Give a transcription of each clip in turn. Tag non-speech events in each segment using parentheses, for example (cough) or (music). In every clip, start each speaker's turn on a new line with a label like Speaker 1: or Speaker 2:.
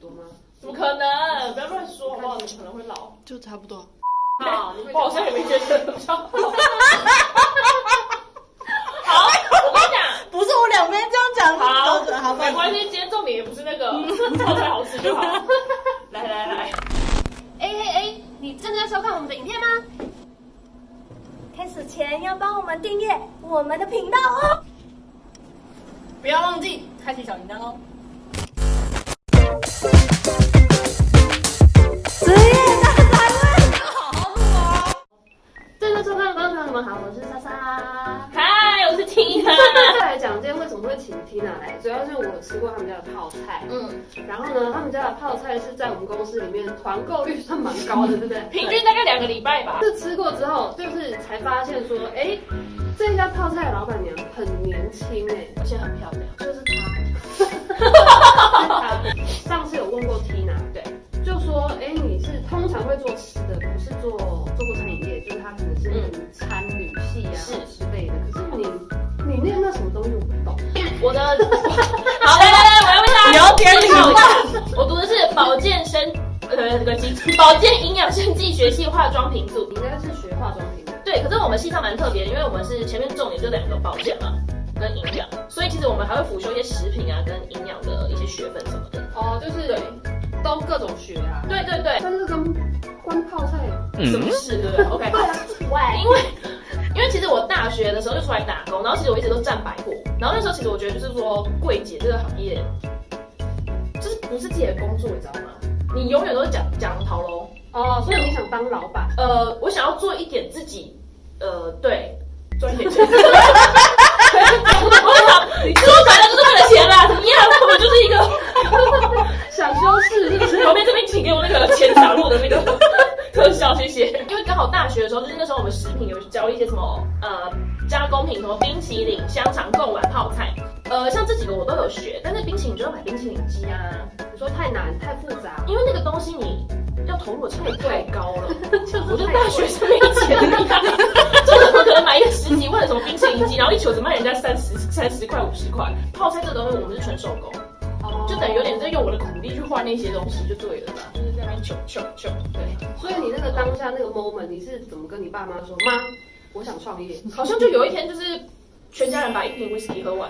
Speaker 1: 多吗？
Speaker 2: 怎么可能？不要乱说好不好？怎么可能会老？
Speaker 3: 就差不多。
Speaker 1: 好，你会
Speaker 2: 我好像也没觉得比较好。好，我跟你讲，
Speaker 3: 不是我两边这样讲，
Speaker 2: 好
Speaker 3: 都，好，
Speaker 2: 没关系，今天重点也不是那个泡菜好吃就好。来来来，
Speaker 4: 哎哎哎，你正在收看我们的影片吗？开始前要帮我们订阅我们的频道哦。
Speaker 5: 不要忘记开启小铃铛哦。
Speaker 4: 职业大杂烩。
Speaker 1: 对对，收看观众朋友们好，我是莎莎。
Speaker 2: 嗨，我是听哈。
Speaker 1: 再来讲，今天为什么会请 Tina 来，主要是我吃过他们家的泡菜，
Speaker 5: 嗯，
Speaker 1: 然后呢，他们家的泡菜是在我们公司里面团购率算蛮高的，对不对？
Speaker 2: 平均大概两个礼拜吧。
Speaker 1: 是吃过之后，就是才发现说，哎，这家泡菜老板娘很年轻哎、
Speaker 2: 而且很漂亮。
Speaker 1: 就是 (laughs) 她。上次有问过 Tina，对，就说，哎，你是通常会做吃的，不是做做过餐饮业，就是她可能是餐旅系啊
Speaker 2: 是
Speaker 1: 之类的。可是你你念那什么东西我不懂，
Speaker 2: 我的，好，来来来，我要为大家
Speaker 3: 有点
Speaker 2: 介绍一下，我读的是保健生，呃，那个基础，保健营养生技学系化妆品组。
Speaker 1: 你应该是学化妆品的。
Speaker 2: 对，可是我们系上蛮特别的，因为我们是前面重点就两个保健嘛，跟营养，所以其实我们还会辅修一些食品啊，跟营养的一些学分什么的。
Speaker 1: 哦，就是都各种学啊。
Speaker 2: 对对对，
Speaker 1: 但是跟关泡菜
Speaker 2: 什么事嗯 (laughs) 对不对？OK，
Speaker 1: 对啊，
Speaker 2: 因为因为其实我大学的时候就出来打工，然后其实我一直都站百货，然后那时候其实我觉得就是说柜姐这个行业，就是不是自己的工作，你知道吗？你永远都是讲讲逃楼。
Speaker 1: 哦，所以你想当老板？
Speaker 2: 呃，我想要做一点自己，呃，对，赚一点钱。你说白了就是为了钱啦，怎么样？我们就是一个
Speaker 1: 想修饰是不 (laughs) 是？
Speaker 2: 旁边这边请给我那个钱洒落的那个特效，谢谢。因为刚好大学的时候，就是那时候我们食品有教一些什么呃加工品，什么冰淇淋、香肠、贡丸、泡菜，呃，像这几个我都有学。但是冰淇淋就要买冰淇淋机啊，
Speaker 1: 你说太难太复杂，
Speaker 2: 因为那个东西你要投入的成本太高 (laughs) 了。
Speaker 1: 就是
Speaker 2: 我觉得
Speaker 1: 太
Speaker 2: 大学生没钱啊，就是我可能买一个十几万的什么冰淇淋机，然后一球只卖人家三十三十块、五十块。泡菜这个东西我们是纯手工，
Speaker 1: 哦
Speaker 2: 就等于有点在用我的苦力去换那些东西就对了啦，就是在那边求求求，对，
Speaker 1: 所以你那个当下那个 moment，你是怎么跟你爸妈说？妈，我想创业。
Speaker 2: 好像就有一天就是全家人把一瓶威士忌喝完，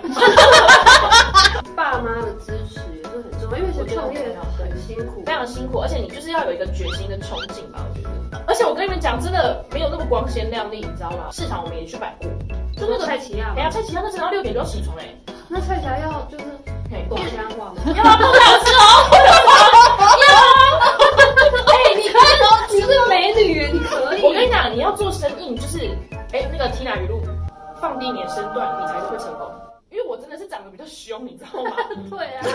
Speaker 2: (laughs)
Speaker 1: 爸妈的支持也是很重要，因为其实创业很辛苦
Speaker 2: 非。常辛苦，而且你就是要有一个决心跟冲劲吧，我觉得。而且我跟你们讲，真的没有那么光鲜亮丽，你知道吗？市场我们也去摆过，就那个
Speaker 1: 蔡奇亚
Speaker 2: 哎，呀，蔡奇亚那时候六点就要起床嘞，
Speaker 1: 那蔡奇亚要就是
Speaker 2: 嘿
Speaker 1: 懂家话吗？
Speaker 2: 要啊，不好 (laughs) 吃哦，要啊！哎，你看哦，
Speaker 4: 你是美女，你可
Speaker 2: 我跟你讲，你要做生意，你就是哎、那个缇娜语录，放低你的身段，你才会成功。因为我真的是长得比较凶，你知道吗？
Speaker 1: 对啊，
Speaker 2: (laughs)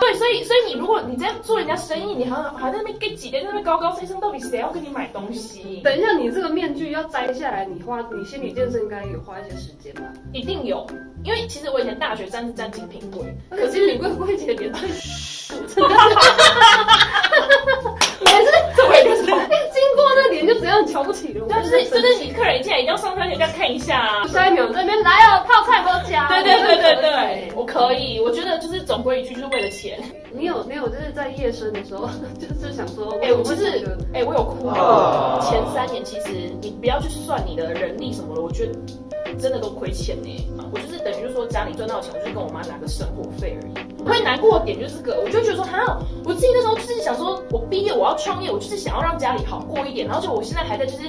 Speaker 2: 对，所以所以你如果你在做人家生意，你还还在那边跟几个人在那边高高在上，到底谁要跟你买东西？
Speaker 1: 等一下你这个面具要摘下来，你花你心理建设应该有花一些时间吧？
Speaker 2: 一定有，因为其实我以前大学站是站精品柜，
Speaker 1: 可是你贵贵姐脸最
Speaker 2: 这我也不知道。
Speaker 1: 经过那脸就直接很瞧不起了。
Speaker 2: 但是就是你客人进来一定要上三天，这样看一下啊、
Speaker 1: 下一秒这边来哦，泡菜我加。
Speaker 2: 对对对对对，我可以，我觉得就是总归一句，就是为了钱。
Speaker 1: 你有没有就是在夜深的时候， (laughs) 就是想说，
Speaker 2: 哎、我就是，哎、我有哭、啊。前三年其实你不要去算你的人力什么的，我觉得真的都亏欠呢、我就是等于就是说家里赚到钱，我就跟我妈拿个生活费而已。我会难过的点就是这个，我就觉得说，哈，我自己那时候就是想说，我毕业我要创业，我就是想要让家里好过一点，然后就我现在还在就是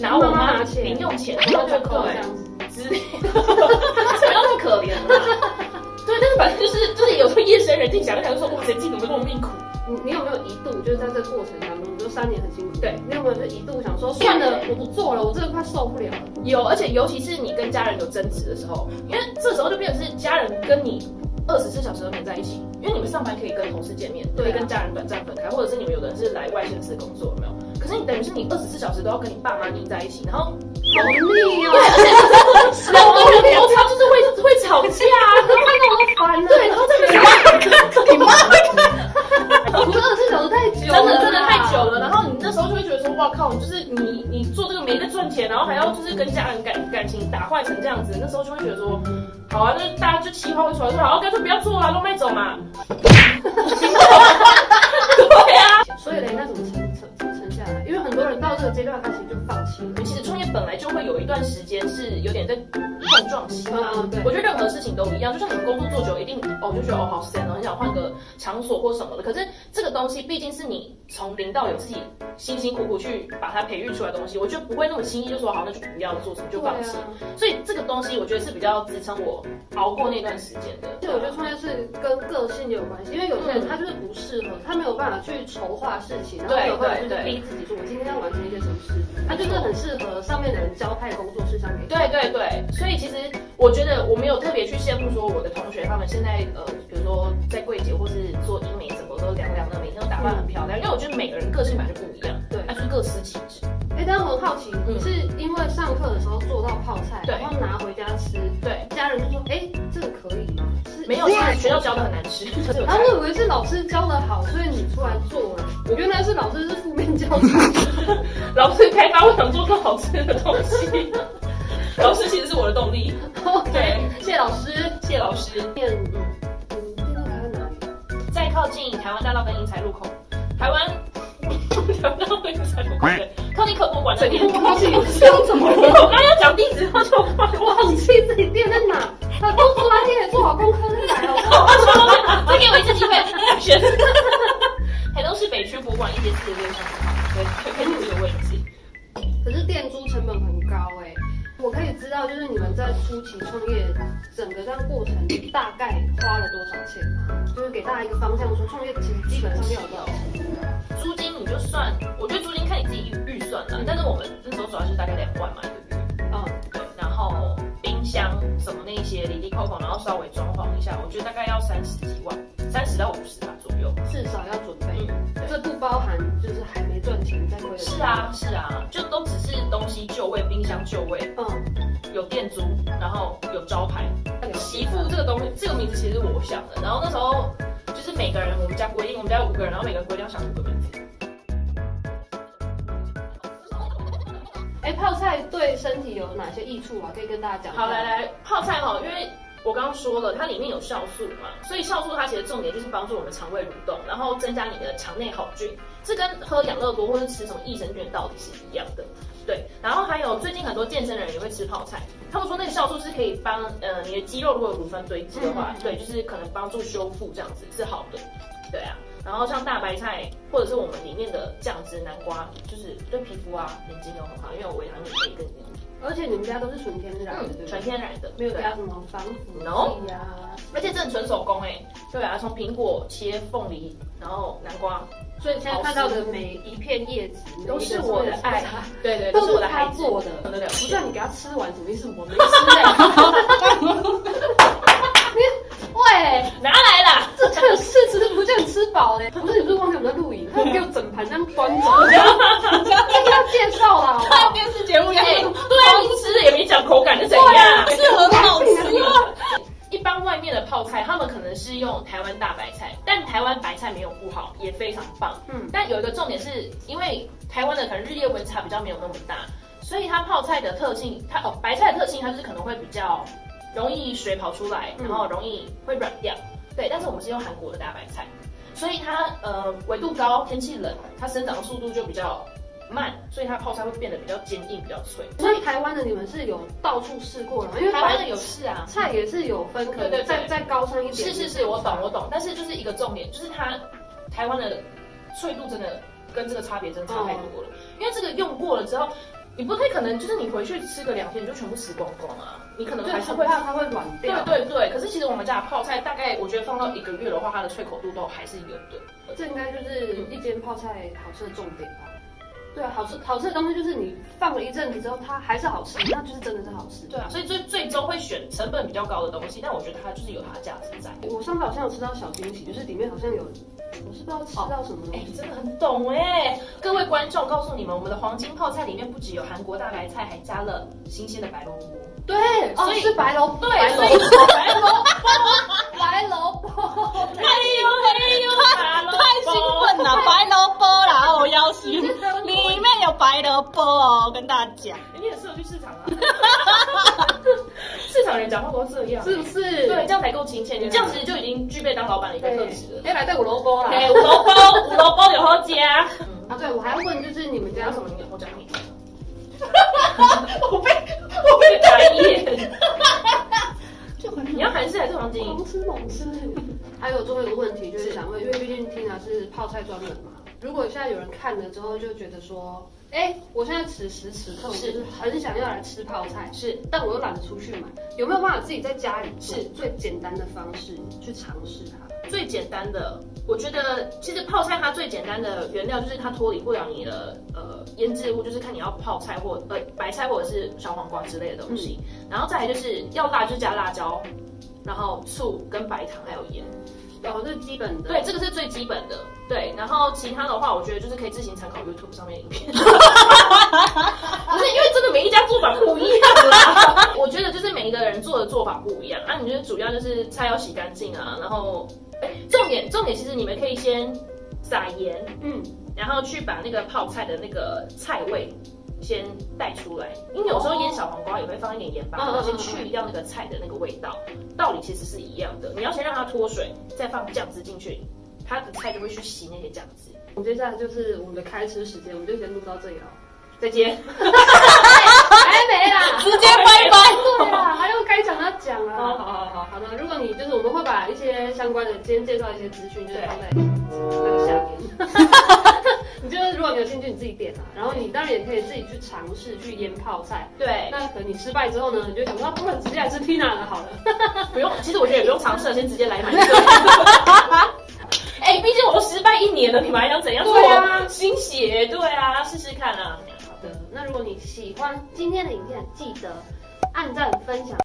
Speaker 2: 拿我
Speaker 1: 妈妈
Speaker 2: 妈
Speaker 1: 拿钱
Speaker 2: 零用钱，
Speaker 1: 然
Speaker 2: 然
Speaker 1: 后
Speaker 2: 后
Speaker 1: 就
Speaker 2: 就
Speaker 1: 扣这
Speaker 2: 对
Speaker 1: 样。子。
Speaker 2: 之类的，什么叫做可怜啊？ (laughs) 对，但是反正就是就是有时候夜深人静想一想，就说哦哇，人静怎么这么命苦？
Speaker 1: 你你有没有一度就是在这过程当中，你就三年很辛苦，
Speaker 2: 对，
Speaker 1: 你有没有就一度想说算了，我不做了，我真的快受不了了。
Speaker 2: 有，而且尤其是你跟家人有争执的时候，因为这时候就变成是家人跟你二十四小时都黏在一起，因为你们上班可以跟同事见面，
Speaker 1: 对啊
Speaker 2: 对，跟家人短暂分开，或者是你们有的人是来外县市工作，有没有？可是你等于是你二十四小时都要跟你爸妈黏在一起，然后
Speaker 1: 好腻哦， (laughs)
Speaker 2: 然后跟你摩擦就是会会吵架啊，
Speaker 1: 看到我都烦了。
Speaker 2: 对，然后再你妈，你妈会
Speaker 1: 不是二十四小时太久了，
Speaker 2: 真的真的太久了。然后你那时候就会觉得说，哇靠，就是你你做这个没在赚钱，然后后还要就是跟家人感感情打坏成这样子，那时候就会觉得说，好啊，那大家就气话会出来说，好，干脆不要做了，都卖走嘛。对啊，
Speaker 1: 所以嘞，那怎么撑撑撑下来？因为很多人到这个阶段，他其实就放弃了。
Speaker 2: 其实创业本来就会有一段时间是有点在碰撞期嘛。
Speaker 1: 嗯，对
Speaker 2: 我。觉得任何事情都一样，就像你们工作做久，一定哦就觉得哦好 sad 哦，很想换个场所或什么的。可是这个东西毕竟是你从零到有自己辛辛苦苦去把它培育出来的东西，我觉得不会那么轻易就说好那就不要做什么就放弃。
Speaker 1: 对啊
Speaker 2: 所以这个东西我觉得是比较支撑我熬过那段时间的。
Speaker 1: 而且我觉得创业是跟个性也有关系，因为有些人他就是不适合，他没有办法去筹划事情，然后没有办法去逼自己说，我今天要完成一些什么事，他就是很适合上面的人交派工作事项给他。
Speaker 2: 对对对，所以其实我觉得我没有特别去羡慕说我的同学他们现在呃，比如说在柜姐或是做医美什么都凉凉的，每天都打扮很漂亮，因为我觉得每个人个性本来就不一样，
Speaker 1: 对
Speaker 2: 那就是各司其职。
Speaker 1: 哎，但我很好奇，你是因为上课的时候做到泡菜，
Speaker 2: 对
Speaker 1: 然后拿回家吃，
Speaker 2: 对，
Speaker 1: 家人就说，哎，这个可以吗？是
Speaker 2: 没有，
Speaker 1: 是
Speaker 2: 其实学校教的很难 (laughs) 吃。就是有
Speaker 1: 啊，
Speaker 2: 差
Speaker 1: 我以为是老师教的好，所以你出来做了。我原来是老师是负面教材。
Speaker 2: 老师开发，我想做更好吃的东西。 (laughs) 老师其实是我的动 (laughs) 力，
Speaker 1: OK，
Speaker 2: 对
Speaker 1: 谢谢老师。
Speaker 2: 谢谢老师。
Speaker 1: 面，嗯，嗯，第二个在哪里？
Speaker 2: 在靠近台湾大道跟英才路口，台湾台湾大道跟英才路口，对，靠近科博馆那边。
Speaker 1: 忘记箱怎么了？
Speaker 2: 我刚要讲地址，他就
Speaker 1: 忘记自己店在哪？他都说他今天做好功课再来哦。
Speaker 2: 再给我一次机会，选。台东市北区博物馆一街四十六巷五号，对，可以看这个位置。
Speaker 1: 可是店租成本很高哎、我可以知道，就是你们在初期创业整个这样过程大概花了多少钱吗？就是给大家一个方向，说创业其实基本上要有多少钱。
Speaker 2: 租金你就算，我觉得租金看你自己预预算啦。但是我们那时候主要是大概两万嘛一个月，
Speaker 1: 嗯，
Speaker 2: 对。然后冰箱什么那一些里里扣扣，然后稍微装潢一下，我觉得大概要三十几万，三十到五十吧左右。
Speaker 1: 至少要准备。
Speaker 2: 嗯，对。
Speaker 1: 这不包含就是还没赚钱在亏的。
Speaker 2: 是，啊，是啊，就都只是东西就位，冰箱就位，
Speaker 1: 嗯，
Speaker 2: 有店租，然后有招牌，媳妇这个东西，这个名字其实是我想的。然后那时候就是每个人，我们家规定，我们家有五个人，然后每个人规定要想五个名字。
Speaker 1: 哎，泡菜对身体有哪些益处啊？可以跟大家讲。
Speaker 2: 好，来，来泡菜哈、因为我刚刚说了，它里面有酵素嘛，所以酵素它其实重点就是帮助我们肠胃蠕动，然后增加你的肠内好菌。这跟喝养乐多或是吃什么益生菌的道理是一样的。对，然后还有最近很多健身的人也会吃泡菜，他们说那个酵素是可以帮呃你的肌肉如果有乳酸堆积的
Speaker 1: 嗯
Speaker 2: 话，对，就是可能帮助修复这样子是好的，对啊。然后像大白菜或者是我们里面的酱汁南瓜，就是对皮肤啊眼睛有很好，因为有维他命 A 跟 E，
Speaker 1: 而且你们家都是嗯纯天然的，对不对
Speaker 2: 纯天然的，
Speaker 1: 没有
Speaker 2: 对
Speaker 1: 加什么防腐剂
Speaker 2: No
Speaker 1: 啊，
Speaker 2: 而且这很纯手工哎、对啊，从苹果切凤梨，然后南瓜，
Speaker 1: 所以现在看到的每一片叶子
Speaker 2: 都是我的
Speaker 1: (laughs)
Speaker 2: 爱，对对，
Speaker 1: 都
Speaker 2: 都
Speaker 1: 是
Speaker 2: 是
Speaker 1: 我
Speaker 2: 我
Speaker 1: 的
Speaker 2: 的
Speaker 1: 孩
Speaker 2: 孩
Speaker 1: 子
Speaker 2: 子
Speaker 1: 做的。
Speaker 2: 不得了，
Speaker 1: 不
Speaker 2: 不
Speaker 1: 是
Speaker 2: 是
Speaker 1: 你给他吃完，什么意思？我没吃哎。你喂，
Speaker 2: 拿来啦，
Speaker 1: 这个事实不叫你吃饱嘞？不是，你不是忘记我们在录影？他给我整盘这样端着，这个要介绍啦，好不好？
Speaker 5: 电视节目
Speaker 2: (laughs) 哎、对啊，你吃了也没讲口感是怎
Speaker 5: 对
Speaker 2: 样
Speaker 5: 啊，。是很好吃啊。
Speaker 2: (laughs) 一般外面的泡菜，他们可能是用台湾大白菜，但台湾白菜没有不好，也非常棒。
Speaker 1: 嗯
Speaker 2: 但有一个重点是，因为台湾的可能日夜温差比较没有那么大，所以它泡菜的特性，它哦白菜的特性，它就是可能会比较容易水跑出来，
Speaker 1: 嗯
Speaker 2: 然后容易会软掉。对，但是我们是用韩国的大白菜，所以它呃纬度高，天气冷，它生长的速度就比较慢，所以它泡菜会变得比较坚硬，比较脆。
Speaker 1: 所以台湾的你们是有到处试过了吗，因为
Speaker 2: 台湾的有
Speaker 1: 白
Speaker 2: 事啊，
Speaker 1: 菜也是有分，可
Speaker 2: 对
Speaker 1: 能
Speaker 2: 对对
Speaker 1: 再再高山一点。
Speaker 2: 是是是，我懂我懂，但是就是一个重点，就是它台湾的脆度真的跟这个差别真的差太多了，
Speaker 1: 嗯
Speaker 2: 因为这个用过了之后。你不太可能，就是你回去吃个两天你就全部吃光光啊！你可能
Speaker 1: 对，
Speaker 2: 还是
Speaker 1: 很
Speaker 2: 会
Speaker 1: 怕它会软
Speaker 2: 对
Speaker 1: 掉。
Speaker 2: 对对，可是其实我们家的泡菜大概我觉得放到一个月的话，它的脆口度都还是有的。
Speaker 1: 这应该就是一间泡菜好吃的重点吧。对啊，好吃好吃的东西就是你放了一阵子之后，它还是好吃，那就是真的是好吃。
Speaker 2: 对啊，所以最最终会选成本比较高的东西，但我觉得它就是有它的价值在。
Speaker 1: 我上次好像有吃到小惊喜，就是里面好像有，我是不知道吃到什么东
Speaker 2: 哎、
Speaker 1: 西。
Speaker 2: 真的很懂哎、各位观众，告诉你们，我们的黄金泡菜里面不只有韩国大白菜，还加了新鲜的白萝卜。
Speaker 1: 对，哦
Speaker 2: 所以
Speaker 1: 是白萝，
Speaker 2: 对，
Speaker 1: 白
Speaker 2: 所
Speaker 1: 萝
Speaker 2: 以，白萝卜，
Speaker 1: 白萝卜。
Speaker 2: 哎呦哎呦，白萝
Speaker 5: 太兴奋了，白萝卜啦，我要心，里面有
Speaker 6: 有白萝卜哦，跟大家讲。
Speaker 2: 你也适合去市场啊，市场人讲话都这样，
Speaker 1: 是不是？
Speaker 2: 对，这样才够亲切。你这样其实就已经具备当老板的一个特质了。
Speaker 1: 哎，来对我萝卜啦。
Speaker 2: 哎，五楼包，五楼包有好家。
Speaker 1: 啊，对，我还要问，就是你们
Speaker 2: 你
Speaker 1: 家
Speaker 2: 要
Speaker 1: 什
Speaker 2: 什
Speaker 1: 么
Speaker 2: 么？你我讲你。
Speaker 6: 我被我被
Speaker 2: 白眼。你要韩式还是黄金？
Speaker 1: 吃猛吃。还有最后一个问题就是想问，因为毕竟 Tina 是泡菜专门嘛，如果现在有人看了之后就觉得说，哎，我现在此时此刻我就是很想要来吃泡菜，
Speaker 2: 是，
Speaker 1: 但我又懒得出去买，有没有办法自己在家里做最简单的方式去尝试它？
Speaker 2: 最简单的，我觉得其实泡菜它最简单的原料就是它脱离不了你的呃腌制物，就是看你要泡菜或呃白菜或者是小黄瓜之类的东西。然后再来就是要辣就加辣椒，然后醋跟白糖还有盐。
Speaker 1: 哦，这是基本的。
Speaker 2: 对，，这个是最基本的。对，然后其他的话，我觉得就是可以自行参考 YouTube 上面的影片。不是因为真的每一家做法不一样啦，我觉得就是每一个人做的做法不一样。啊，你觉得主要就是菜要洗干净啊，然后，哎，重点重点其实你们可以先撒盐，
Speaker 1: 嗯，
Speaker 2: 然后去把那个泡菜的那个菜味。先带出来，因为有时候腌小黄瓜也会放一点盐巴，然后先去掉那个菜的那个味道，道理其实是一样的。你要先让它脱水，再放酱汁进去，它的菜就会去吸那些酱汁。
Speaker 1: 我们接下来就是我们的开吃时间，我们就先录到这里了。
Speaker 2: 再见。
Speaker 1: 还没啦，
Speaker 6: 直接拜拜。
Speaker 1: (laughs) 对啊，还有该讲要讲啊。
Speaker 2: 好
Speaker 1: 好好好好的，如果你就是我们会把一些相关的今天介绍的一些资讯，就是放在那个下面。 (laughs) 你就是如果你有兴趣，你自己点啊。然后你当然也可以自己去尝试去腌泡菜。
Speaker 2: 对，
Speaker 1: 那可能你失败之后呢，你就想说，哦不然直接来吃 Tina 的好了。
Speaker 2: 不用，其实我觉得也不用尝试了，先直接来买。哎，毕竟我都失败一年了，你们还想怎样？
Speaker 1: 对啊
Speaker 2: 说我新血，对啊，试试看啊。
Speaker 1: 好的，那如果你喜欢今天的影片，记得按赞分享。